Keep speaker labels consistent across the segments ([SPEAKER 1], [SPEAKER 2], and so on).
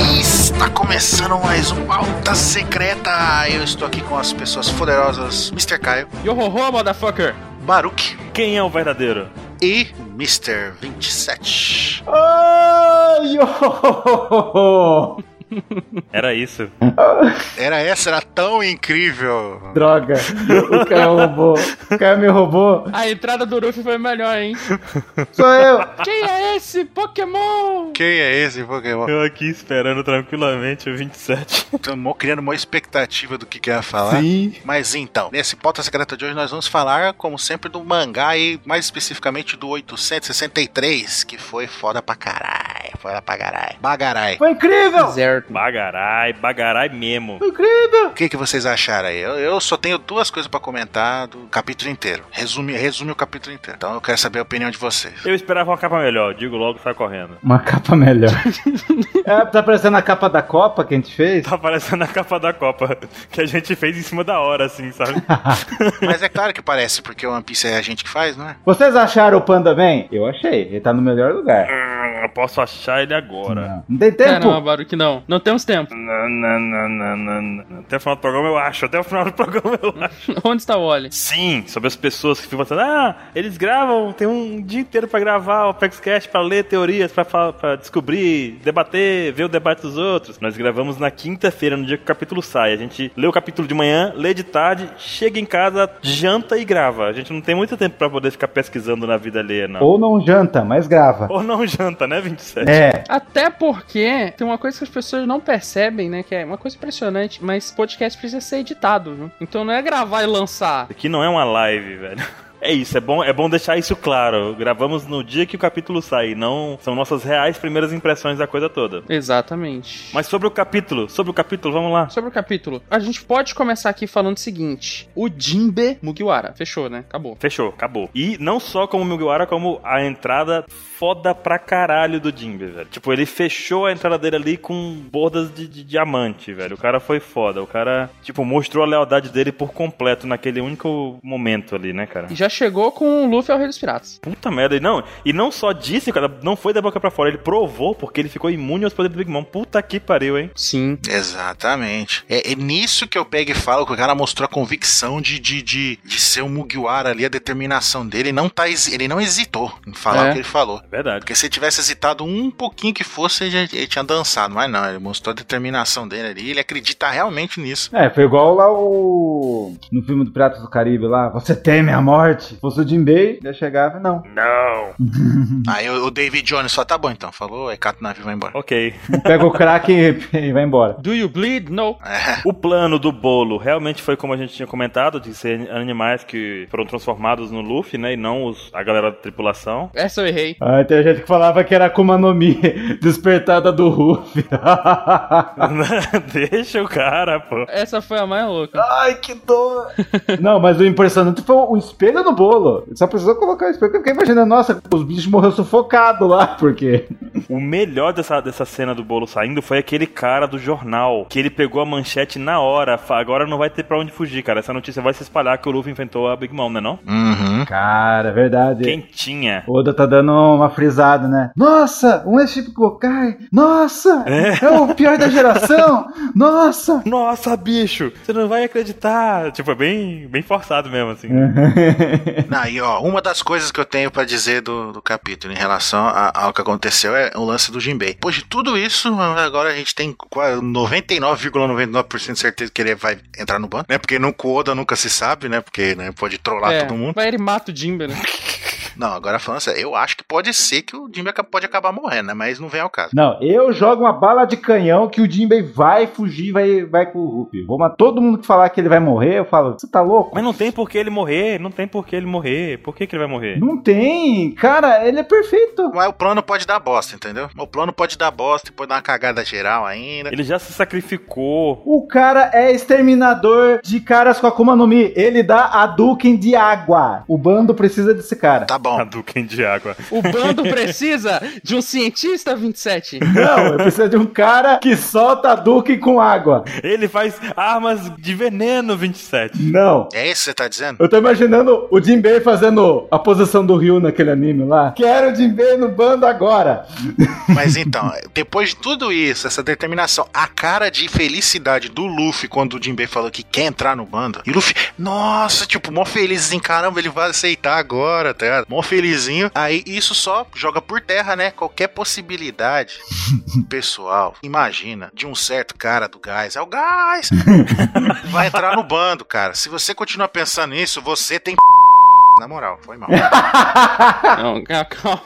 [SPEAKER 1] Está começando mais um Pauta Secreta. Eu estou aqui com as pessoas poderosas, Mr. Caio,
[SPEAKER 2] Yohoho, motherfucker!
[SPEAKER 1] Baruch
[SPEAKER 3] Quem é o verdadeiro?
[SPEAKER 1] e Mr. 27.
[SPEAKER 4] Ai, oh,
[SPEAKER 3] Era isso.
[SPEAKER 1] Era essa, era tão incrível.
[SPEAKER 4] Droga, o Caio roubou. O é Caio me roubou.
[SPEAKER 2] A entrada do Ruffy foi melhor, hein?
[SPEAKER 4] Sou eu.
[SPEAKER 2] Quem é esse Pokémon?
[SPEAKER 1] Quem é esse Pokémon?
[SPEAKER 3] Eu aqui esperando tranquilamente o 27.
[SPEAKER 1] Estamos criando uma expectativa do que, que ia falar.
[SPEAKER 4] Sim.
[SPEAKER 1] Mas então, nesse Pauta Secreta de hoje nós vamos falar, como sempre, do mangá e mais especificamente do 863, que foi foda pra caralho. Foda pra caralho. Bagarai.
[SPEAKER 4] Foi incrível.
[SPEAKER 2] Certo.
[SPEAKER 3] Bagarai, bagarai mesmo.
[SPEAKER 4] Foi incrível.
[SPEAKER 1] O que, que vocês acharam aí? Eu, eu só tenho duas coisas pra comentar do capítulo inteiro. Resume, resume o capítulo inteiro. Então eu quero saber a opinião de vocês.
[SPEAKER 3] Eu esperava uma capa melhor, digo logo, sai correndo.
[SPEAKER 4] Uma capa melhor. É, tá parecendo a capa da Copa que a gente fez?
[SPEAKER 3] Tá parecendo a capa da Copa, que a gente fez em cima da hora, assim, sabe?
[SPEAKER 1] Mas é claro que parece, porque o One Piece é a gente que faz, não é?
[SPEAKER 4] Vocês acharam o Panda bem? Eu achei. Ele tá no melhor lugar.
[SPEAKER 3] Hum, Eu posso achar ele agora.
[SPEAKER 4] Não, não tem
[SPEAKER 2] Tempo.
[SPEAKER 4] tempo.
[SPEAKER 2] não, Baruque, não. Não temos tempo.
[SPEAKER 3] Não, não, não, não, não, não. Até o final do programa eu acho, até o final do programa eu acho.
[SPEAKER 2] Onde está o Oli?
[SPEAKER 3] Sim, sobre as pessoas que ficam pensando, ah, eles gravam, tem um dia inteiro pra gravar o Apex Cash, pra ler teorias, pra, fa- pra descobrir, debater, ver o debate dos outros. Nós gravamos na quinta-feira, no dia que o capítulo sai. A gente lê o capítulo de manhã, lê de tarde, chega em casa, janta e grava. A gente não tem muito tempo pra poder ficar pesquisando na vida alheia, não. Ou,
[SPEAKER 4] Ou não janta, mas grava.
[SPEAKER 3] não janta, né, 27?
[SPEAKER 4] É.
[SPEAKER 2] Até porque tem uma coisa que as pessoas não percebem, né? Que é uma coisa impressionante, mas podcast precisa ser editado, viu? Então não é gravar e lançar.
[SPEAKER 3] Aqui não é uma live, velho. É isso, é bom, é bom deixar isso claro. Gravamos no dia que o capítulo sai, não são nossas reais primeiras impressões da coisa toda.
[SPEAKER 2] Exatamente.
[SPEAKER 3] Mas sobre o capítulo, sobre o capítulo, vamos lá.
[SPEAKER 2] Sobre o capítulo, a gente pode começar aqui falando o seguinte: o Jinbe Mugiwara. Fechou, né? Acabou.
[SPEAKER 3] Fechou, acabou. E não só como o Mugiwara, como a entrada foda pra caralho do Jimbe, velho. Tipo, ele fechou a entrada dele ali com bordas de, de diamante, velho. O cara foi foda. O cara, tipo, mostrou a lealdade dele por completo naquele único momento ali, né, cara?
[SPEAKER 2] E já chegou com o Luffy ao Rei dos Piratas.
[SPEAKER 3] Puta merda, e não, e não só disse, cara, não foi da boca pra fora, ele provou porque ele ficou imune aos poderes do Big Mom. Puta que pariu, hein?
[SPEAKER 2] Sim.
[SPEAKER 1] Exatamente. É, é nisso que eu pego e falo que o cara mostrou a convicção de, de, de, de ser o Mugiwara ali, a determinação dele. Não tá, hesi- ele não hesitou em falar
[SPEAKER 2] É.
[SPEAKER 1] o que ele falou.
[SPEAKER 3] É verdade.
[SPEAKER 1] Porque se ele tivesse hesitado um pouquinho que fosse, ele, já- ele tinha dançado. Mas não, ele mostrou a determinação dele ali. Ele acredita realmente nisso.
[SPEAKER 4] É, foi igual lá o. No filme do Piratas do Caribe lá. Você teme a morte? Se fosse o Jinbei, já chegava. Não.
[SPEAKER 3] Não!
[SPEAKER 1] Aí o, o David Jones só tá bom então. Falou, é cata o navio vai embora.
[SPEAKER 3] Ok.
[SPEAKER 4] Pega o crack e, e vai embora.
[SPEAKER 2] Do you bleed? No.
[SPEAKER 1] É,
[SPEAKER 3] O plano do bolo realmente foi como a gente tinha comentado, de ser animais que foram transformados no Luffy, né? E não os, a galera da tripulação.
[SPEAKER 2] Essa eu errei.
[SPEAKER 4] Ah, tem gente que falava que era Akuma no Mi, despertada do Ruff.
[SPEAKER 3] Deixa o cara, pô.
[SPEAKER 2] Essa foi a mais louca.
[SPEAKER 1] Ah,
[SPEAKER 4] Ai, que dor! Não, mas o impressionante foi o espelho no bolo. Só precisou colocar o espelho. Eu fiquei imaginando, nossa, os bichos morreram sufocados lá, porque.
[SPEAKER 3] O melhor dessa, dessa cena do bolo saindo foi aquele cara do jornal, que ele pegou a manchete na hora. Fa- Agora não vai ter pra onde fugir, cara. Essa notícia vai se espalhar que o Luffy inventou a Big Mom, né não?
[SPEAKER 1] uhum.
[SPEAKER 4] Cara, é verdade.
[SPEAKER 3] Quentinha.
[SPEAKER 4] O Oda tá dando uma frisada, né? Nossa, um Eship Gokai! Nossa! É. o pior da geração! Nossa!
[SPEAKER 3] Nossa, bicho! Você não vai acreditar! Tipo, é bem, bem forçado mesmo, assim.
[SPEAKER 1] Aí, ó, uma das coisas que eu tenho pra dizer do, do capítulo em relação a- ao que aconteceu é o lance do Jinbei. Depois de tudo isso, agora a gente tem qua- 99,99% de certeza que ele vai entrar no bando, né? Porque nunca o Oda nunca se sabe, né? Porque né, pode trollar
[SPEAKER 2] é,
[SPEAKER 1] todo mundo.
[SPEAKER 2] Mas ele mata o Jimbe, né?
[SPEAKER 1] Não, agora falando sério, eu acho que pode ser que o Jinbei aca- pode acabar morrendo, né? Mas não vem ao caso.
[SPEAKER 4] Não, eu jogo uma bala de canhão que o Jinbei vai fugir, vai, vai com o Ruffy. Vou matar todo mundo que falar que ele vai morrer, eu falo, você tá louco?
[SPEAKER 3] Mas não tem por que ele morrer, não tem por que ele morrer. Por que, que ele vai morrer?
[SPEAKER 4] Não tem! Cara, ele é perfeito!
[SPEAKER 1] Mas o plano pode dar bosta, entendeu? O plano pode dar bosta, pode dar uma cagada geral ainda.
[SPEAKER 3] Ele já se sacrificou.
[SPEAKER 4] O cara é exterminador de caras com Akuma no Mi. Ele dá Hadouken de água. O bando precisa desse cara.
[SPEAKER 1] Tá bom.
[SPEAKER 3] Hadouken de água.
[SPEAKER 2] O bando precisa de um cientista 27.
[SPEAKER 4] Não, eu preciso de um cara que solta Hadouken com água.
[SPEAKER 3] Ele faz armas de veneno 27.
[SPEAKER 4] Não.
[SPEAKER 1] É isso que você tá dizendo?
[SPEAKER 4] Eu tô imaginando o Jinbei fazendo a posição do Ryu naquele anime lá. Quero o Jinbei no bando agora.
[SPEAKER 1] Mas então, depois de tudo isso, essa determinação, a cara de felicidade do Luffy quando o Jinbei falou que quer entrar no bando. E o Luffy, nossa, tipo, mó feliz assim, caramba, ele vai aceitar agora, tá ligado? Mó felizinho. Aí isso só joga por terra, né? Qualquer possibilidade. Pessoal, imagina, de um certo cara do gás. É o gás! vai entrar no bando, cara. Se você continuar pensando nisso, você tem. Na moral, foi mal.
[SPEAKER 2] Não, ca- calma,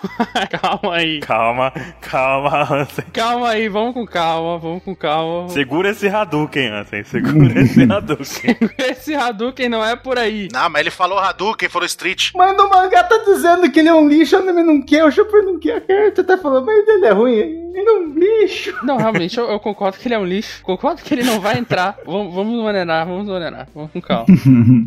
[SPEAKER 2] calma aí.
[SPEAKER 3] Calma, calma, Ansem.
[SPEAKER 2] Calma aí, vamos com calma, vamos com calma.
[SPEAKER 3] Segura esse Hadouken, Ansem. Segura esse Hadouken.
[SPEAKER 2] Esse Hadouken não é por aí.
[SPEAKER 1] Não, mas ele falou Hadouken, falou Street.
[SPEAKER 4] Mas no mangá tá dizendo que ele é um lixo, o anime não quer, o Chopper não quer. Tu tá falando, mas ele é ruim, ele é um lixo.
[SPEAKER 2] Não, realmente, eu, eu concordo que ele é um lixo. Concordo que ele não vai entrar. Vamos, vamos maneirar, vamos maneirar. Vamos com calma.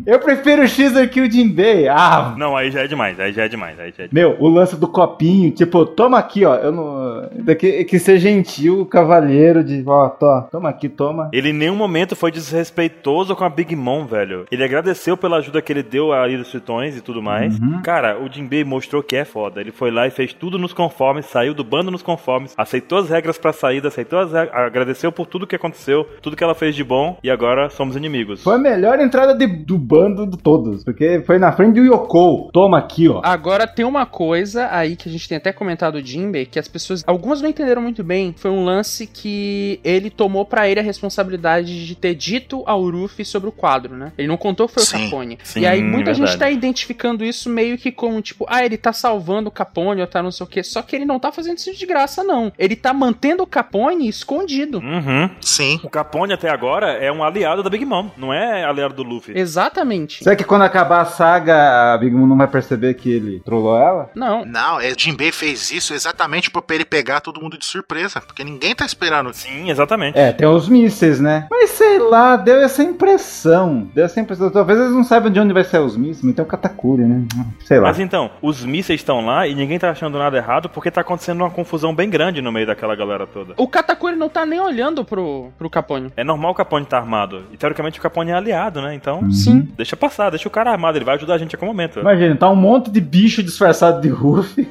[SPEAKER 4] Eu prefiro o Xer que o Jinbei. Ah,
[SPEAKER 3] Não, aí já é demais, aí já é demais, aí já é demais.
[SPEAKER 4] Meu, o lance do copinho, tipo, toma aqui, ó. Eu não. Daqui, que ser gentil, cavalheiro de. Ó, tó, toma aqui, toma.
[SPEAKER 3] Ele em nenhum momento foi desrespeitoso com a Big Mom, velho. Ele agradeceu pela ajuda que ele deu a Ilha dos Tritões e tudo mais.
[SPEAKER 4] Uhum.
[SPEAKER 3] Cara, o Jinbei mostrou que é foda. Ele foi lá e fez tudo nos conformes, saiu do bando nos conformes, aceitou as regras pra saída, aceitou as regras, agradeceu por tudo que aconteceu, tudo que ela fez de bom e agora somos inimigos.
[SPEAKER 4] Foi a melhor entrada de- do bando de todos, porque foi na frente do Yoko. Toma aqui, ó.
[SPEAKER 2] Agora tem uma coisa aí que a gente tem até comentado o Jinbei, que as pessoas, algumas não entenderam muito bem, foi um lance que ele tomou pra ele a responsabilidade de ter dito ao Ruffy sobre o quadro, né? Ele não contou que foi
[SPEAKER 1] Sim,
[SPEAKER 2] o Capone.
[SPEAKER 3] sim, é
[SPEAKER 2] e aí muita gente
[SPEAKER 3] verdade.
[SPEAKER 2] tá identificando isso meio que como tipo, ah, ele tá salvando o Capone ou tá não sei o quê, só que ele não tá fazendo isso de graça não. Ele tá mantendo o Capone escondido.
[SPEAKER 3] Uhum.
[SPEAKER 1] Sim.
[SPEAKER 3] O Capone até agora é um aliado da Big Mom, não é aliado do Luffy.
[SPEAKER 2] Exatamente.
[SPEAKER 4] Será que quando acabar a saga, a Big Mom não vai perceber que ele trollou ela?
[SPEAKER 2] Não.
[SPEAKER 1] Não, é, Jinbei fez isso exatamente pra ele pegar todo mundo de surpresa, porque ninguém tá esperando.
[SPEAKER 3] Sim, exatamente.
[SPEAKER 4] É, tem os mísseis, né? Mas sei lá, deu essa impressão. Deu essa impressão. Talvez eles não saibam de onde vai sair os mísseis, mas tem o Katakuri, né? Sei lá.
[SPEAKER 3] Mas então, os mísseis estão lá e ninguém tá achando nada errado porque tá acontecendo uma confusão bem grande no meio daquela galera toda.
[SPEAKER 2] O Katakuri não tá nem olhando pro, pro Capone.
[SPEAKER 3] É normal o Capone estar armado. E teoricamente o Capone é aliado, né? Então,
[SPEAKER 2] Sim.
[SPEAKER 3] deixa passar, deixa o cara armado, ele vai ajudar a gente a qualquer momento.
[SPEAKER 4] Imagina, tá um monte de bicho disfarçado de Ruffy.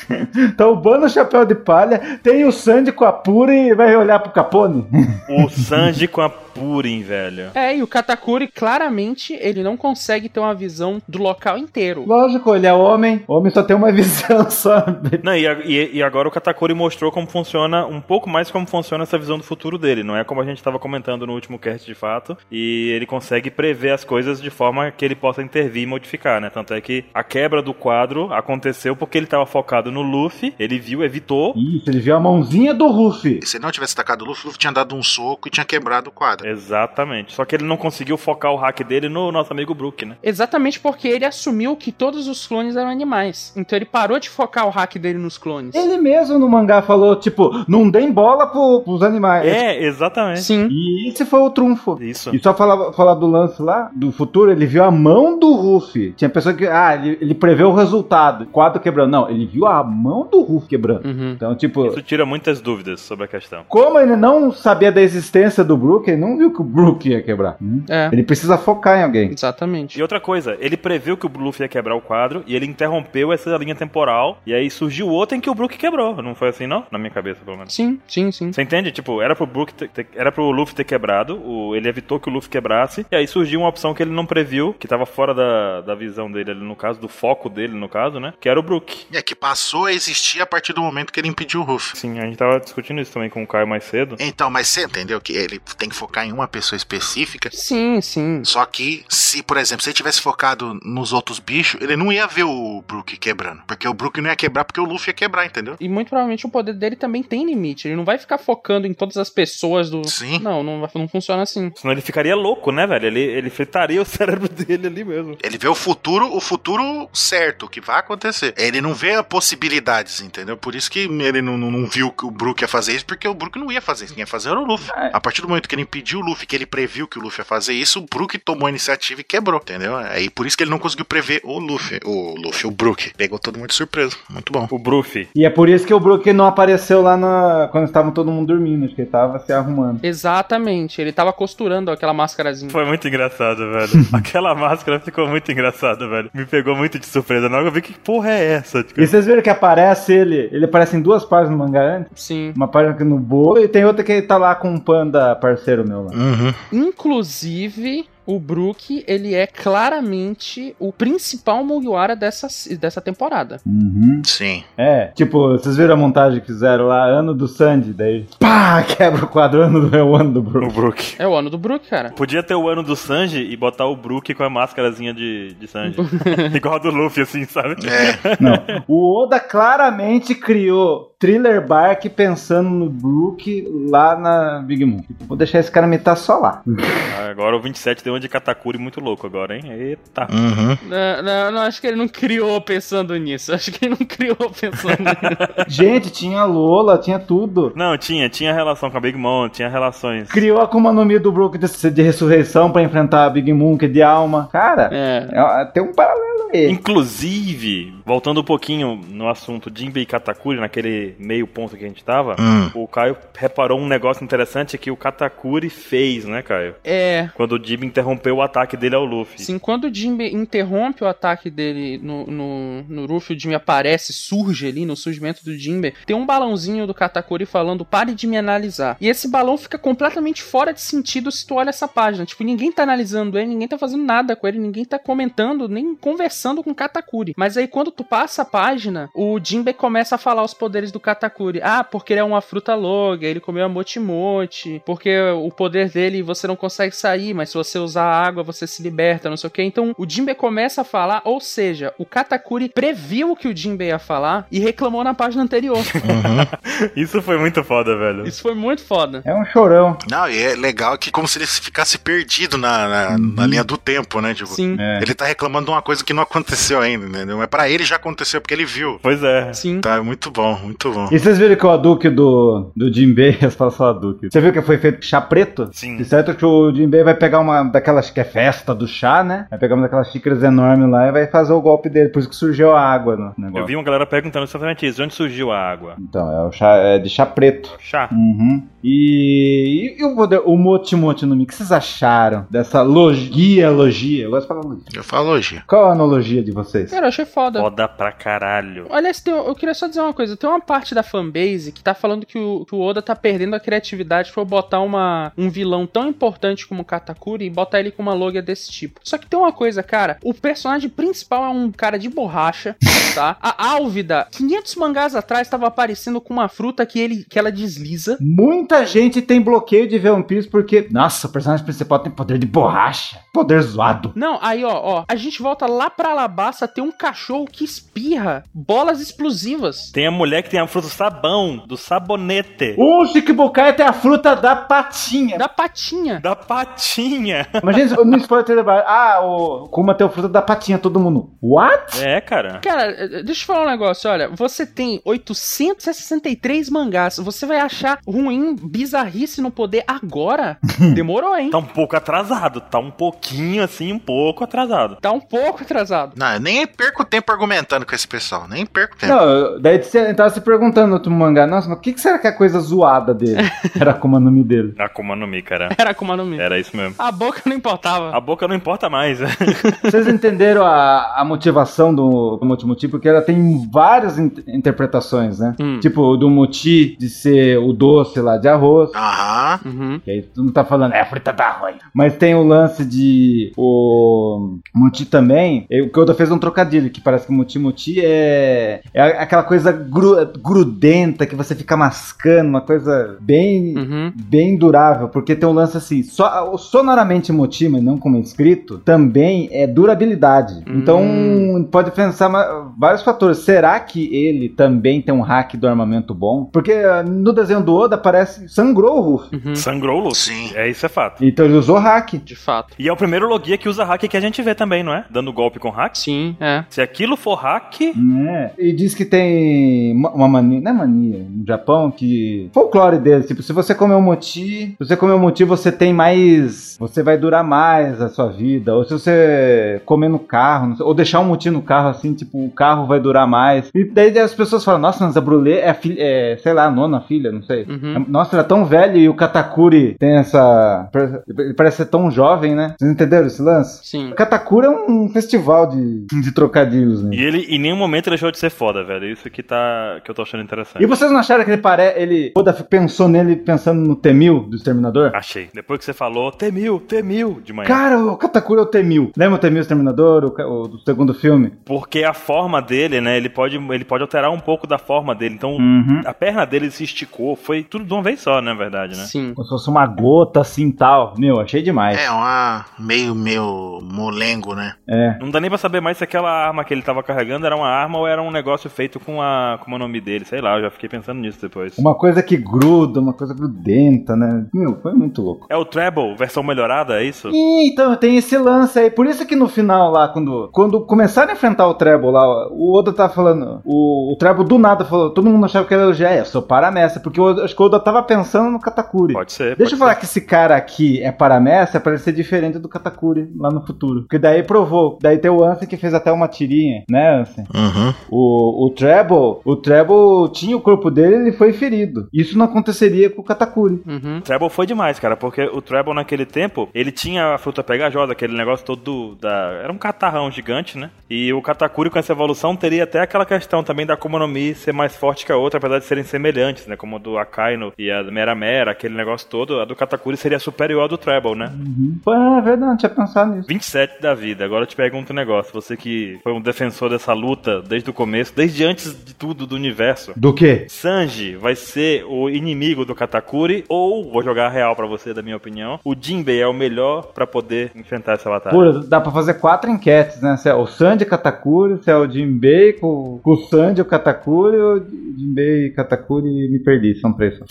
[SPEAKER 4] tá o Bano Chapéu de Palha. Tem o Sandy com a Pura e vai olhar pro Capone.
[SPEAKER 3] O Sanji com a Purin, velho.
[SPEAKER 2] É, e o Katakuri, claramente, ele não consegue ter uma visão do local inteiro.
[SPEAKER 4] Lógico, ele é homem. Homem só tem uma visão só.
[SPEAKER 3] Não, e, a- e- e agora o Katakuri mostrou como funciona, um pouco mais como funciona essa visão do futuro dele. Não é como a gente estava comentando no último cast de fato. E ele consegue prever as coisas de forma que ele possa intervir e modificar, né? Tanto é que a quebra do quadro aconteceu porque ele estava focado no Luffy, ele viu, evitou.
[SPEAKER 4] Isso, ele viu a mãozinha do Ruffy.
[SPEAKER 1] E se ele não tivesse atacado o Luffy, o Luffy tinha dado um soco e tinha quebrado o quadro.
[SPEAKER 3] Exatamente. Só que ele não conseguiu focar o hack dele no nosso amigo Brook, né?
[SPEAKER 2] Exatamente porque ele assumiu que todos os clones eram animais. Então ele parou de focar o hack dele nos clones.
[SPEAKER 4] Ele mesmo no mangá falou, tipo, não deem bola pro, pros animais.
[SPEAKER 3] É, exatamente.
[SPEAKER 2] Sim.
[SPEAKER 4] E esse foi o trunfo.
[SPEAKER 3] Isso.
[SPEAKER 4] E só falar, falar do lance lá, do futuro, ele viu a mão do Ruffy. Tinha pessoa que, ah, ele, ele prevê o resultado. Quadro quebrando. Não, ele viu a mão do Ruffy quebrando.
[SPEAKER 2] Uhum.
[SPEAKER 4] Então, tipo,
[SPEAKER 3] Hum. Isso tira muitas dúvidas sobre a questão.
[SPEAKER 4] Como ele não sabia da existência do Brook, ele não viu que o Brook ia quebrar.
[SPEAKER 2] É,
[SPEAKER 4] Ele precisa focar em alguém.
[SPEAKER 2] exatamente.
[SPEAKER 3] E outra coisa, ele previu que o Luffy ia quebrar o quadro e ele interrompeu essa linha temporal. E aí surgiu outra em que o Brook quebrou. Não foi assim, não? Na minha cabeça, pelo menos.
[SPEAKER 2] Sim, sim, sim.
[SPEAKER 3] Você entende? Tipo, era pro Brook ter- ter- era pro Luffy ter quebrado, o- ele evitou que o Luffy quebrasse, e aí surgiu uma opção que ele não previu, que tava fora da, da visão dele ali no caso, do foco dele no caso, né? Que era o Brook.
[SPEAKER 1] É que passou a existir a partir do momento que ele impediu o Ruff.
[SPEAKER 3] Sim, a gente tava discutindo isso também com o Caio mais cedo.
[SPEAKER 1] Então, mas você entendeu que ele tem que focar em uma pessoa específica?
[SPEAKER 2] Sim, sim.
[SPEAKER 1] Só que, se, por exemplo, se ele tivesse focado nos outros bichos, ele não ia ver o Brook quebrando. Porque o Brook não ia quebrar porque o Luffy ia quebrar, entendeu?
[SPEAKER 2] E muito provavelmente o poder dele também tem limite. Ele não vai ficar focando em todas as pessoas do.
[SPEAKER 1] Sim.
[SPEAKER 2] Não, não, vai- não funciona assim.
[SPEAKER 3] Senão ele ficaria louco, né, velho? Ele, ele fritaria o cérebro dele ali mesmo.
[SPEAKER 1] Ele vê o futuro, o futuro certo, o que vai acontecer. Ele não vê a possibilidades, entendeu? Por isso que ele não, não- não viu que o Brook ia fazer isso, porque o Brook não ia fazer isso. Quem ia fazer era o Luffy. A partir do momento que ele agrediu o Luffy, que ele previu que o Luffy ia fazer isso, o Brook tomou a iniciativa e quebrou, entendeu? Aí por isso que ele não conseguiu prever o Luffy, o Luffy, o Brook. Pegou todo mundo de surpresa. Muito bom.
[SPEAKER 3] O Bruffy.
[SPEAKER 4] E é por isso que o Brook não apareceu lá na... quando estavam todo mundo dormindo, acho que ele tava se arrumando.
[SPEAKER 2] Exatamente, ele tava costurando aquela máscarazinha.
[SPEAKER 3] Foi muito engraçado, velho. Aquela máscara ficou muito engraçada, velho. Me pegou muito de surpresa. Na hora eu vi que porra é essa? Tipo,
[SPEAKER 4] E vocês viram que aparece ele? Ele aparece em duas páginas no mangá antes.
[SPEAKER 2] Sim.
[SPEAKER 4] Uma página aqui no bolo e tem outra que ele tá lá com um panda parceiro meu lá.
[SPEAKER 1] Uhum.
[SPEAKER 2] Inclusive, o Brook, ele é claramente o principal Mugiwara dessa, dessa temporada.
[SPEAKER 4] Uhum.
[SPEAKER 1] Sim.
[SPEAKER 4] É, tipo, vocês viram a montagem que fizeram lá, ano do Sandy, daí pá, quebra o quadro, ano do é o ano do
[SPEAKER 3] o
[SPEAKER 4] Brook.
[SPEAKER 3] Brook.
[SPEAKER 2] É o ano do Brook, cara.
[SPEAKER 3] Podia ter o ano do Sanji e botar o Brook com a máscarazinha de, de Sanji. Igual a do Luffy, assim, sabe?
[SPEAKER 1] É,
[SPEAKER 4] Não. O Oda claramente criou Thriller Bark pensando no Brook lá na Big Moon. Tipo, Vou deixar esse cara metar só lá.
[SPEAKER 3] Agora o 27 deu uma de Katakuri muito louco agora, hein? Eita.
[SPEAKER 1] uhum.
[SPEAKER 2] Não, não, não, acho que ele não criou pensando nisso. Acho que ele não criou pensando nisso.
[SPEAKER 4] Gente, tinha Lola, tinha tudo.
[SPEAKER 3] Não, tinha, tinha relação com a Big Mom, tinha relações.
[SPEAKER 4] Criou a Akuma no Mi do Brook de, de ressurreição pra enfrentar a Big Moon, que é de alma. Cara,
[SPEAKER 2] É.
[SPEAKER 4] é- tem um paralelo aí.
[SPEAKER 3] Inclusive, voltando um pouquinho no assunto Jinbei e Katakuri, naquele meio ponto que a gente tava,
[SPEAKER 1] Hum.
[SPEAKER 3] o Caio reparou um negócio interessante que o Katakuri fez, né, Caio?
[SPEAKER 2] É.
[SPEAKER 3] Quando o Jinbei interrompeu o ataque dele ao Luffy.
[SPEAKER 2] Sim, quando o Jimmy interrompe o ataque dele no, no, no Ruffy, o Jimmy aparece, surge ali no surgimento do Jimmy. Tem um balãozinho do Katakuri falando, pare de me analisar. E esse balão fica completamente fora de sentido se tu olha essa página. Tipo, ninguém tá analisando ele, ninguém tá fazendo nada com ele, ninguém tá comentando, nem conversando com o Katakuri. Mas aí quando tu passa a página, o Jinbe começa a falar os poderes do Katakuri. Ah, porque ele é uma fruta louca, ele comeu a moti-moti, porque o poder dele você não consegue sair, mas se você usar a água você se liberta, não sei o que. Então o Jinbe começa a falar, ou seja, o Katakuri previu o que o Jinbe ia falar e reclamou na página anterior.
[SPEAKER 1] Uhum.
[SPEAKER 3] Isso foi muito foda, velho.
[SPEAKER 2] Isso foi muito foda.
[SPEAKER 4] É um chorão.
[SPEAKER 1] Não, e é legal que como se ele ficasse perdido na, na, na linha do tempo, né? Tipo,
[SPEAKER 2] Sim,
[SPEAKER 4] É.
[SPEAKER 1] ele tá reclamando de uma coisa que não aconteceu ainda, entendeu? Mas pra ele já aconteceu, porque ele viu.
[SPEAKER 3] Pois é.
[SPEAKER 2] sim.
[SPEAKER 1] Tá, é muito bom, muito bom.
[SPEAKER 4] E vocês viram que o Hadouken do, do Jinbei, eu falo só Hadouken. Você viu que foi feito com chá preto?
[SPEAKER 3] Sim.
[SPEAKER 2] é
[SPEAKER 4] De certo que o Jinbei vai pegar uma daquelas que é festa do chá, né? Vai pegar uma daquelas xícaras enormes lá e vai fazer o golpe dele. Por isso que surgiu a água no negócio.
[SPEAKER 3] Eu vi uma galera perguntando exatamente isso. De onde surgiu a água?
[SPEAKER 4] Então, é, o chá, é de chá preto.
[SPEAKER 3] Chá.
[SPEAKER 4] Uhum. E, e, o, poder- o Moti Moti no Mi, o que vocês acharam dessa logia, logia? Eu gosto de falar logia.
[SPEAKER 1] Eu falo hoje.
[SPEAKER 4] Qual a analogia de vocês?
[SPEAKER 2] Cara, eu achei foda.
[SPEAKER 3] Foda pra caralho.
[SPEAKER 2] Aliás, tem- um, eu queria só dizer uma coisa. Tem uma parte da fanbase que tá falando que o, que o Oda tá perdendo a criatividade por botar uma, um vilão tão importante como o Katakuri e botar ele com uma logia desse tipo. Só que tem uma coisa, cara. O personagem principal é um cara de borracha, tá? A Álvida, 500 mangás atrás, tava aparecendo com uma fruta que, ele, que ela desliza.
[SPEAKER 4] Muita gente tem bloqueio de ver One Piece porque, nossa, o personagem principal tem poder de borracha, poder zoado.
[SPEAKER 2] Não, aí ó, ó. A gente volta lá pra Alabasta, tem um cachorro que espirra bolas explosivas.
[SPEAKER 3] Tem a mulher que tem a fruta do sabão, do sabonete,
[SPEAKER 2] Uh!
[SPEAKER 4] O Shikibukai Um tem a fruta da patinha.
[SPEAKER 2] Da patinha.
[SPEAKER 3] da patinha.
[SPEAKER 4] Imagina se no spoiler de Ah, o Kuma tem a fruta da patinha, todo mundo. What?
[SPEAKER 3] É, cara.
[SPEAKER 2] Cara, eh, deixa eu falar um negócio, olha, você tem 863 mangás, você vai achar ruim, bizarrice no poder agora? Demorou, hein?
[SPEAKER 3] Tá um pouco atrasado. Tá um pouquinho, assim, um pouco atrasado.
[SPEAKER 2] Tá um pouco atrasado.
[SPEAKER 1] Não, eu nem perco tempo argumentando com esse pessoal. Nem perco tempo.
[SPEAKER 4] Não, eu- daí você tava se perguntando no outro mangá, nossa, mas o que, que será que é a coisa zoada dele? Era como o nome dele.
[SPEAKER 3] Akuma no Mi, cara.
[SPEAKER 2] Era como no Mi.
[SPEAKER 3] Era isso mesmo.
[SPEAKER 2] A boca não importava.
[SPEAKER 3] É. A boca não importa mais.
[SPEAKER 2] Uhum.
[SPEAKER 4] Vocês entenderam a, a motivação do, do Motimuti? Porque ela tem várias in- interpretações, né?
[SPEAKER 2] Hum.
[SPEAKER 4] Tipo, do Moti de ser o doce lá de arroz.
[SPEAKER 1] Aham.
[SPEAKER 3] tipo-
[SPEAKER 2] Uhum.
[SPEAKER 4] Que aí tu não tá falando, é a fruta da ruim. Mas tem o lance de o Muti também. e O que o Oda fez um trocadilho, que parece que Muti Muti é, é aquela coisa gru- grudenta que você fica mascando, uma coisa bem.
[SPEAKER 2] Uhum.
[SPEAKER 4] Bem durável, porque tem um lance assim, só, sonoramente Muti, mas não como escrito, também é durabilidade.
[SPEAKER 2] Hum.
[SPEAKER 4] Então, pode pensar ma- vários fatores. Será que ele também tem um hack do armamento bom? Porque ah, no desenho do Oda parece sangrou o Ruff.
[SPEAKER 2] Uhum.
[SPEAKER 3] Sangrou o Luffy.
[SPEAKER 1] Sim.
[SPEAKER 3] É, isso é fato.
[SPEAKER 4] Então ele usou hack.
[SPEAKER 2] De fato.
[SPEAKER 3] E é o primeiro logia que usa hack que a gente vê também, não é? Dando golpe com hack.
[SPEAKER 2] Sim, é.
[SPEAKER 3] Se aquilo for hack,
[SPEAKER 4] É. E diz que tem ma- uma mania, não é mania, no Japão, que folclore deles, tipo, se você comer um moti, se você comer um moti, você tem mais, você vai durar mais a sua vida, ou se você comer no carro, não sei, ou deixar um moti no carro, assim, tipo, o carro vai durar mais. E daí as pessoas falam, nossa, mas a Brulé é, a filha, é, sei lá, a nona filha, não sei.
[SPEAKER 2] Uhum.
[SPEAKER 4] Nossa, ela é tão velha e o Katakuri tem essa, ele parece ser tão jovem, né? Vocês entenderam esse lance?
[SPEAKER 2] Sim.
[SPEAKER 4] Katakura é um festival de, de trocadilhos, né?
[SPEAKER 3] E ele em nenhum momento ele deixou de ser foda, velho. Isso que tá. que eu tô achando interessante.
[SPEAKER 4] E vocês não acharam que ele parece. Ele. Oda pensou nele pensando no Temil do Exterminador?
[SPEAKER 3] Achei. Depois que você falou, temil, temil de manhã.
[SPEAKER 4] Cara, o Katakura é o Temil. Lembra o Temil Exterminador, o, ca- o do segundo filme?
[SPEAKER 3] Porque a forma dele, né? Ele pode, ele pode alterar um pouco da forma dele. Então,
[SPEAKER 4] Hum.
[SPEAKER 3] a perna dele se esticou. Foi tudo de uma vez só, na verdade, né?
[SPEAKER 2] Sim.
[SPEAKER 4] Como se fosse uma gota assim tal. Meu, achei demais.
[SPEAKER 1] É uma meio, meio molengo, né?
[SPEAKER 4] É.
[SPEAKER 3] Não dá nem pra saber mais se aquela arma que ele tava carregando era uma arma ou era um negócio feito com a. como é o nome dele, sei lá, eu já fiquei pensando nisso depois.
[SPEAKER 4] Uma coisa que gruda, uma coisa grudenta, né? Meu, foi muito louco.
[SPEAKER 3] É o Treble, versão melhorada, é isso?
[SPEAKER 4] Ih, Então, tem esse lance aí. Por isso que no final lá, quando, quando começaram a enfrentar o Trebo lá, o Oda tá falando. O, o Trebo do nada falou. Todo mundo achava que era o GE, sou paramessa. Porque o Oda- acho que o Oda tava pensando no Katakuri.
[SPEAKER 3] Pode ser.
[SPEAKER 4] Deixa
[SPEAKER 3] pode
[SPEAKER 4] eu falar
[SPEAKER 3] ser.
[SPEAKER 4] que esse cara aqui é paramessa pra ele ser diferente do Katakuri lá no futuro. Porque daí provou. Daí tem o Ansem que fez até uma tirinha, né, Ansem?
[SPEAKER 1] Uhum.
[SPEAKER 4] O, o Treble, o Treble tinha o corpo dele ele foi ferido. Isso não aconteceria com o Katakuri.
[SPEAKER 2] Uhum.
[SPEAKER 3] O Treble foi demais, cara, porque o Treble naquele tempo, ele tinha a fruta pegajosa, aquele negócio todo da... Era um catarrão gigante, né? E o Katakuri com essa evolução teria até aquela questão também da Akuma no Mi ser mais forte que a outra, apesar de serem semelhantes, né? Como a do Akainu e a Mera Mera, aquele negócio todo, a do Katakuri seria superior à do Treble, né?
[SPEAKER 4] Pô, é verdade, não tinha pensado nisso.
[SPEAKER 3] 27 da vida. Agora eu te pergunto um negócio. Você que foi um defensor dessa luta desde o começo, desde antes de tudo do universo.
[SPEAKER 4] Do quê?
[SPEAKER 3] Sanji vai ser o inimigo do Katakuri ou, vou jogar a real pra você, da minha opinião, o Jinbei é o melhor pra poder enfrentar essa batalha.
[SPEAKER 4] Pô, dá pra fazer quatro enquetes, né? Se é o Sandy Katakuri, se é o Jinbei com, com o Sandy o Katakuri, ou o Jinbei Katakuri e me perdi, são três. só.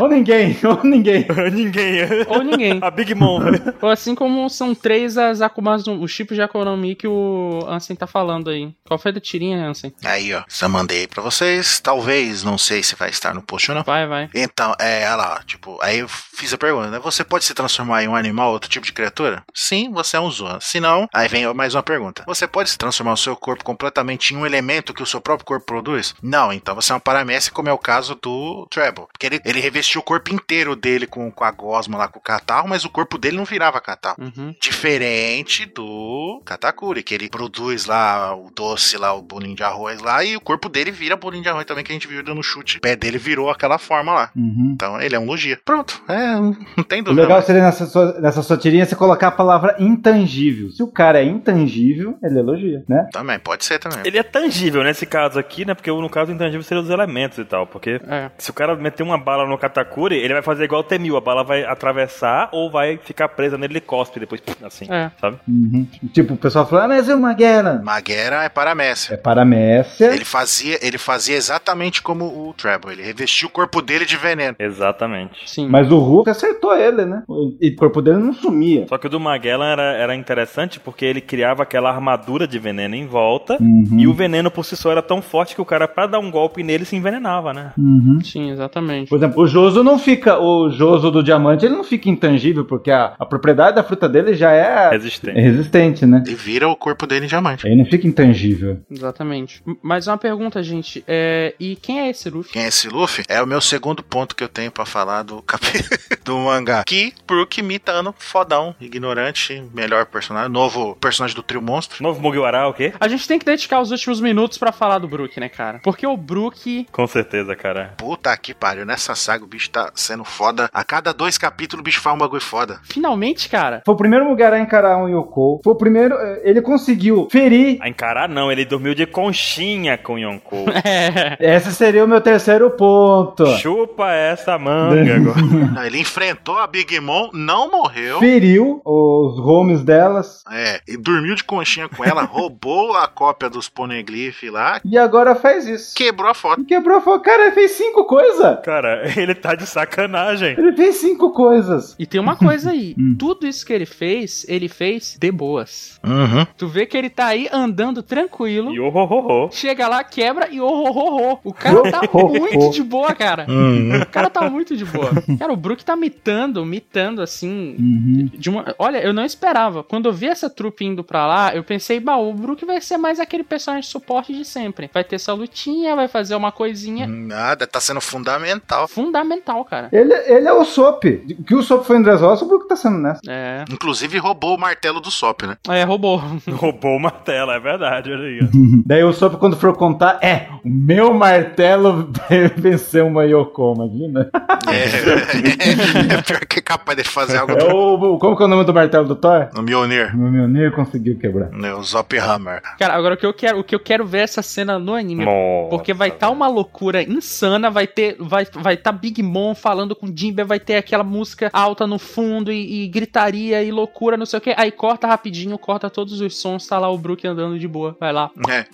[SPEAKER 4] ou ninguém, ou ninguém.
[SPEAKER 3] Ninguém.
[SPEAKER 2] Ou ninguém.
[SPEAKER 3] a Big Mom.
[SPEAKER 2] Ou assim como são três as Akumas, no- os tipos de Akonomi que o Ansem tá falando aí. Qual foi a da tirinha, Ansem?
[SPEAKER 1] Aí, ó. Já mandei pra vocês. Talvez, não sei se vai estar no post ou não.
[SPEAKER 2] Vai, vai.
[SPEAKER 1] Então, é, olha lá, tipo, aí eu fiz a pergunta, né? Você pode se transformar em um animal, outro tipo de criatura? Sim, você é um Zoan. Se não, aí vem mais uma pergunta. Você pode se transformar o seu corpo completamente em um elemento que o seu próprio corpo produz? Não, então você é um paramestre, como é o caso do Treble. Porque ele, ele revestiu o corpo inteiro dele com, com a gosma lá, com o catarro, mas o corpo dele não virava catarro.
[SPEAKER 2] Uhum.
[SPEAKER 1] Diferente do Katakuri, que ele produz lá o doce, lá o bolinho de arroz lá, e o corpo dele vira bolinho de arroz também, que a gente viu dando chute. O pé dele virou aquela forma lá.
[SPEAKER 4] Uhum.
[SPEAKER 1] Então ele é um logia. Pronto, é, não tem
[SPEAKER 4] O
[SPEAKER 1] dúvida. né?
[SPEAKER 4] legal
[SPEAKER 1] mais.
[SPEAKER 4] seria nessa sua, nessa sua tirinha você colocar a palavra intangível. Se o cara é intangível, ele elogia, né?
[SPEAKER 1] Também, pode ser também.
[SPEAKER 3] Ele é tangível nesse caso aqui, né? Porque no caso intangível seria os elementos e tal, porque...
[SPEAKER 2] É.
[SPEAKER 3] Se o cara meter uma bala no Katakuri, ele vai fazer igual o Temil. A bala vai atravessar ou vai ficar presa nele, ele cospe depois, pum, assim,
[SPEAKER 2] É.
[SPEAKER 3] sabe?
[SPEAKER 4] Uhum. Tipo, o pessoal fala, ah, mas é uma guerra.
[SPEAKER 1] Maguera é paramécia.
[SPEAKER 4] É paramécia.
[SPEAKER 1] Ele fazia, ele fazia exatamente como o Treble. Ele revestiu o corpo dele de veneno.
[SPEAKER 3] Exatamente.
[SPEAKER 2] Sim.
[SPEAKER 4] Mas o Hulk acertou ele, né? E o corpo dele não sumia.
[SPEAKER 3] Só que o do Magellan era, era interessante porque ele criava aquela armadura de veneno em volta
[SPEAKER 4] Uhum.
[SPEAKER 3] e o veneno por si só era tão forte que o cara, pra dar um golpe nele, se envenenava, né?
[SPEAKER 4] Uhum.
[SPEAKER 2] Sim, exatamente.
[SPEAKER 4] Por exemplo, o Joso não fica. O Joso do diamante ele não fica intangível, porque a, a propriedade da fruta dele já é
[SPEAKER 3] Resistente.
[SPEAKER 4] resistente, né?
[SPEAKER 1] E vira o corpo dele em diamante.
[SPEAKER 4] Ele não fica intangível.
[SPEAKER 2] Exatamente. M- Mas uma pergunta, gente. É... E quem é esse Luffy?
[SPEAKER 1] Quem é esse Luffy? É o meu segundo ponto que eu tenho pra falar do cap... do mangá. Que Brook Mitano, fodão, ignorante, melhor personagem, novo personagem do trio monstro.
[SPEAKER 3] Novo Mugiwara, o quê?
[SPEAKER 2] A gente tem que dedicar os últimos minutos pra falar do Brook, né, cara? Porque o Brook.
[SPEAKER 3] Com certeza, cara.
[SPEAKER 1] Puta que pariu, nessa saga o bicho tá sendo foda. A cada dois capítulos o bicho faz um bagulho foda.
[SPEAKER 2] Finalmente, cara.
[SPEAKER 4] Foi o primeiro lugar a encarar um Yoko. Foi o primeiro. eh, Ele conseguiu ferir.
[SPEAKER 3] A encarar não, ele dormiu de conchinha com Yonkou.
[SPEAKER 2] É.
[SPEAKER 4] Esse seria o meu terceiro ponto.
[SPEAKER 3] Chupa essa manga agora.
[SPEAKER 4] Uhum.
[SPEAKER 1] Não, Ele enfrentou a Big Mom, não morreu.
[SPEAKER 4] Feriu os homes delas.
[SPEAKER 1] É, e dormiu de conchinha com ela, roubou a cópia dos poneglyph lá,
[SPEAKER 4] E agora faz isso.
[SPEAKER 1] quebrou a foto.
[SPEAKER 4] E Quebrou falou, cara, ele fez cinco coisas.
[SPEAKER 3] Cara, ele tá de sacanagem.
[SPEAKER 4] Ele fez cinco coisas.
[SPEAKER 2] E tem uma coisa aí.
[SPEAKER 4] Hum.
[SPEAKER 2] Tudo isso que ele fez, ele fez de boas.
[SPEAKER 1] Uhum.
[SPEAKER 2] Tu vê que ele tá aí andando tranquilo.
[SPEAKER 3] E o ho, ho, ho.
[SPEAKER 2] Chega lá, quebra palavra e oh, oh, oh, oh. O cara tá muito de boa, cara. O cara tá muito de boa. Cara, o Brook tá mitando, mitando assim.
[SPEAKER 4] Uhum.
[SPEAKER 2] de uma- Olha, eu não esperava. Quando eu vi essa trupe indo pra lá, eu pensei, bah, o Brook vai ser mais aquele personagem de suporte de sempre. Vai ter sua lutinha, vai fazer uma coisinha.
[SPEAKER 1] Nada, tá sendo fundamental.
[SPEAKER 2] Fundamental, cara.
[SPEAKER 4] Ele, ele é o Sop. O que o Sop foi em Dressrosa, o Brook tá sendo nessa.
[SPEAKER 2] É.
[SPEAKER 1] Inclusive roubou o martelo do Sop, né?
[SPEAKER 2] É, roubou.
[SPEAKER 3] Roubou o martelo, é verdade, olha aí. ó.
[SPEAKER 4] Daí o Sop, quando for contar, é, o meu martelo venceu uma Yoko, imagina.
[SPEAKER 1] É, é pior que é capaz de fazer algo
[SPEAKER 4] É
[SPEAKER 1] do...
[SPEAKER 4] o, como que é o nome do martelo do Thor?
[SPEAKER 1] no Mjolnir.
[SPEAKER 4] O meu nem conseguiu quebrar.
[SPEAKER 1] né, O Zophammer.
[SPEAKER 2] Cara, agora o que eu quero, o que eu quero ver é essa cena no anime.
[SPEAKER 3] Nossa,
[SPEAKER 2] Porque vai tá uma loucura insana, vai ter, vai, vai tá Big Mom falando com Jimbe, vai ter aquela música alta no fundo e, e gritaria e loucura, não sei o que. Aí corta rapidinho, corta todos os sons, tá lá o Brook andando de boa, vai lá.
[SPEAKER 1] É.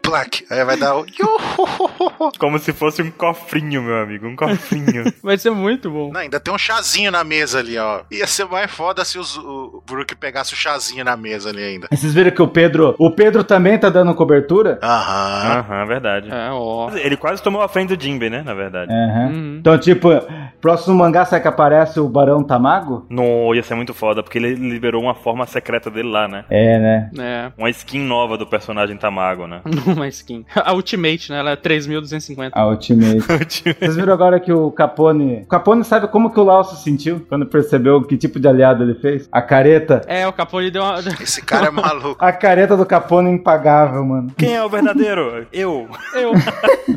[SPEAKER 1] Plaque. Aí vai dar o.
[SPEAKER 3] Como se fosse um cofrinho, meu amigo, um cofrinho.
[SPEAKER 2] Vai ser muito bom.
[SPEAKER 1] Não, ainda tem um chazinho na mesa ali, ó. Ia ser mais foda se os- o Brook pegasse o chazinho na mesa ali ainda.
[SPEAKER 4] Vocês viram que o Pedro. O Pedro também tá dando cobertura?
[SPEAKER 1] Aham.
[SPEAKER 3] Aham, verdade.
[SPEAKER 2] É, ó.
[SPEAKER 3] Ele quase tomou a frente do Jimbe, né, na verdade.
[SPEAKER 4] Aham.
[SPEAKER 2] Uhum.
[SPEAKER 4] Então, tipo, próximo mangá será que aparece o Barão Tamago?
[SPEAKER 3] Não, ia ser muito foda, porque ele liberou uma forma secreta dele lá, né?
[SPEAKER 4] É, né?
[SPEAKER 2] É.
[SPEAKER 3] Uma skin nova do personagem Tamago, né?
[SPEAKER 2] Uma skin. A Ultimate, né? Ela é 3.250.
[SPEAKER 4] A Ultimate. Vocês viram agora que o Capone. O Capone sabe como que o Lau se sentiu quando percebeu que tipo de aliado ele fez? A careta.
[SPEAKER 2] É, o Capone deu uma.
[SPEAKER 1] Esse cara é maluco.
[SPEAKER 4] A careta do Capone é impagável, mano.
[SPEAKER 3] Quem é o verdadeiro? Eu.
[SPEAKER 2] Eu.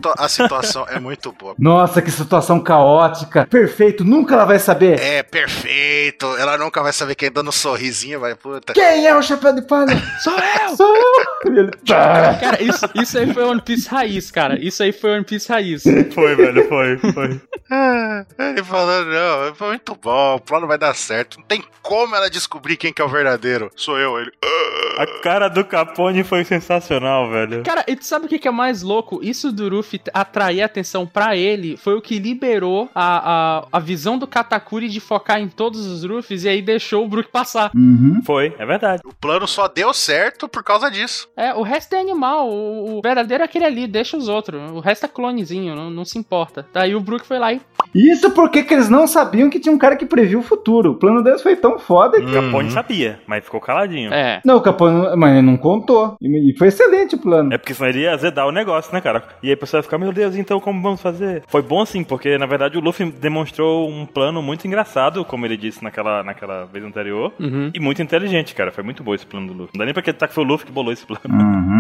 [SPEAKER 1] To- A situação é muito boa.
[SPEAKER 4] Nossa, que situação caótica. Perfeito, nunca ela vai saber.
[SPEAKER 1] É, perfeito. Ela nunca vai saber quem dando um sorrisinho, vai, puta.
[SPEAKER 4] Quem é o chapéu de palha?
[SPEAKER 2] Sou eu!
[SPEAKER 4] Sou eu! E ele, "Tá."
[SPEAKER 2] Cara, isso, isso aí foi One Piece raiz, cara. Isso aí foi One Piece raiz.
[SPEAKER 3] Foi, velho, foi, foi.
[SPEAKER 1] Ah, Ele falou, não, foi muito bom, o plano vai dar certo. Não tem como ela descobrir quem que é o verdadeiro. Sou eu, ele. "Ah."
[SPEAKER 3] A cara do Capone foi sensacional, velho.
[SPEAKER 2] Cara, e tu sabe o que que é mais louco? Isso do Ruffy t- atrair a atenção pra ele foi o que liberou a, a, a visão do Katakuri de focar em todos os Ruffys e aí deixou o Brook passar.
[SPEAKER 4] Uhum.
[SPEAKER 3] Foi, é verdade.
[SPEAKER 1] O plano só deu certo por causa disso.
[SPEAKER 2] É, o resto é animal, o, o verdadeiro é aquele ali, deixa os outros. O resto é clonezinho, não, não se importa. Daí o Brook foi lá e.
[SPEAKER 4] Isso porque que eles não sabiam que tinha um cara que previu o futuro. O plano deles foi tão foda que.
[SPEAKER 3] Capone sabia, mas ficou caladinho. É.
[SPEAKER 2] É.
[SPEAKER 4] Não, o Capone, mas ele não contou. E e foi excelente o plano.
[SPEAKER 3] É porque senão ele ia azedar o negócio, né, cara? E aí a pessoa ia ficar, meu Deus, então como vamos fazer? Foi bom sim, porque na verdade o Luffy demonstrou um plano muito engraçado, como ele disse naquela, naquela vez anterior.
[SPEAKER 2] Uhum.
[SPEAKER 3] E muito inteligente, cara. Foi muito bom esse plano do Luffy. Não dá nem pra acreditar que foi o Luffy que bolou esse plano.
[SPEAKER 4] Uhum.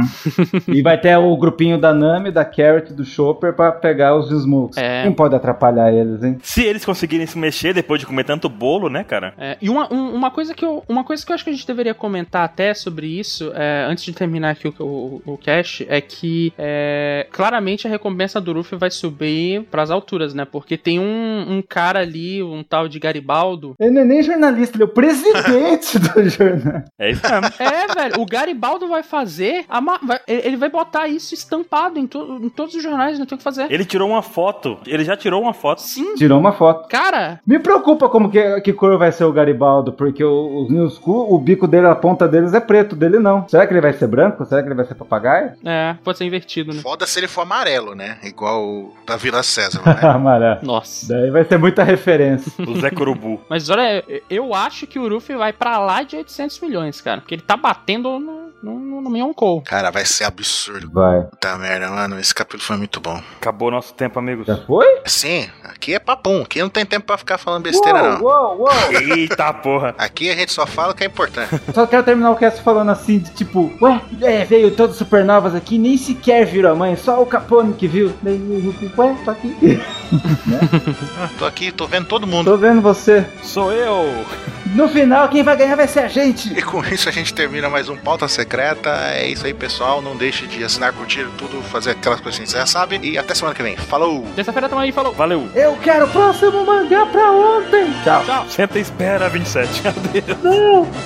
[SPEAKER 4] e vai ter o grupinho da Nami, da Carrot, do Chopper pra pegar os Smokes.
[SPEAKER 2] É.
[SPEAKER 4] Quem pode atrapalhar eles, hein?
[SPEAKER 3] Se eles conseguirem se mexer depois de comer tanto bolo, né, cara?
[SPEAKER 2] É, e uma, um- uma, coisa que eu, uma coisa que eu acho que a gente deveria comentar até sobre isso, é, antes de terminar aqui o, o, o cast, é que é, claramente a recompensa do Luffy vai subir pras alturas, né? Porque tem um, um cara ali, um tal de Garibaldo.
[SPEAKER 4] Ele não é nem jornalista, ele é o presidente do jornal.
[SPEAKER 3] É isso mesmo.
[SPEAKER 2] É, velho, o Garibaldo vai fazer. a ma- vai- ele ele vai botar isso estampado em, to- em todos os jornais, não tem o que fazer.
[SPEAKER 3] Ele tirou uma foto. Ele já tirou uma foto.
[SPEAKER 2] Sim,
[SPEAKER 4] Tirou uma foto.
[SPEAKER 2] cara.
[SPEAKER 4] Me preocupa como que, que cor vai ser o Garibaldo, porque o- os New School, o bico dele, a ponta deles é preto, o dele não. Será que ele vai ser branco? Será que ele vai ser papagaio?
[SPEAKER 2] É, pode ser invertido, né?
[SPEAKER 1] Foda se ele for amarelo, né? Igual o da Vila César, né?
[SPEAKER 4] Amarelo.
[SPEAKER 2] Nossa.
[SPEAKER 4] Ah, Daí vai ter muita referência.
[SPEAKER 3] O Zé Corubu.
[SPEAKER 2] Mas olha, eu acho que o Luffy vai pra lá de 800 milhões, cara. Porque ele tá batendo no, no, no Miyonkou.
[SPEAKER 1] Cara, vai ser absurdo.
[SPEAKER 4] Vai.
[SPEAKER 1] Puta merda, mano. Esse capítulo foi muito bom.
[SPEAKER 3] Acabou nosso tempo, amigos.
[SPEAKER 4] Já foi?
[SPEAKER 1] Sim, aqui é papum. Aqui não tem tempo pra ficar falando besteira,
[SPEAKER 4] uou,
[SPEAKER 1] não.
[SPEAKER 4] uou, uou.
[SPEAKER 3] Eita porra.
[SPEAKER 1] Aqui a gente só fala o que é importante.
[SPEAKER 4] Só quero terminar o cast falando assim, de tipo, ué, é, veio todos os supernovas aqui, nem sequer viram a mãe, só o Capone que viu. Daí o Rupi, ué, tô aqui.
[SPEAKER 1] tô aqui, tô vendo todo mundo.
[SPEAKER 4] Tô vendo você.
[SPEAKER 3] Sou eu.
[SPEAKER 4] No final, quem vai ganhar vai ser a gente.
[SPEAKER 1] E com isso a gente termina mais um Pauta Secreta. É isso aí, pessoal. Não deixe de assinar, curtir tudo, fazer aquelas coisas que você já sabe. E até semana que vem. Falou!
[SPEAKER 2] Terça-feira tamo aí, falou.
[SPEAKER 3] Valeu.
[SPEAKER 4] Eu quero o próximo mangá pra ontem. Tchau.
[SPEAKER 3] Senta e espera, 27. Adeus.
[SPEAKER 4] Não.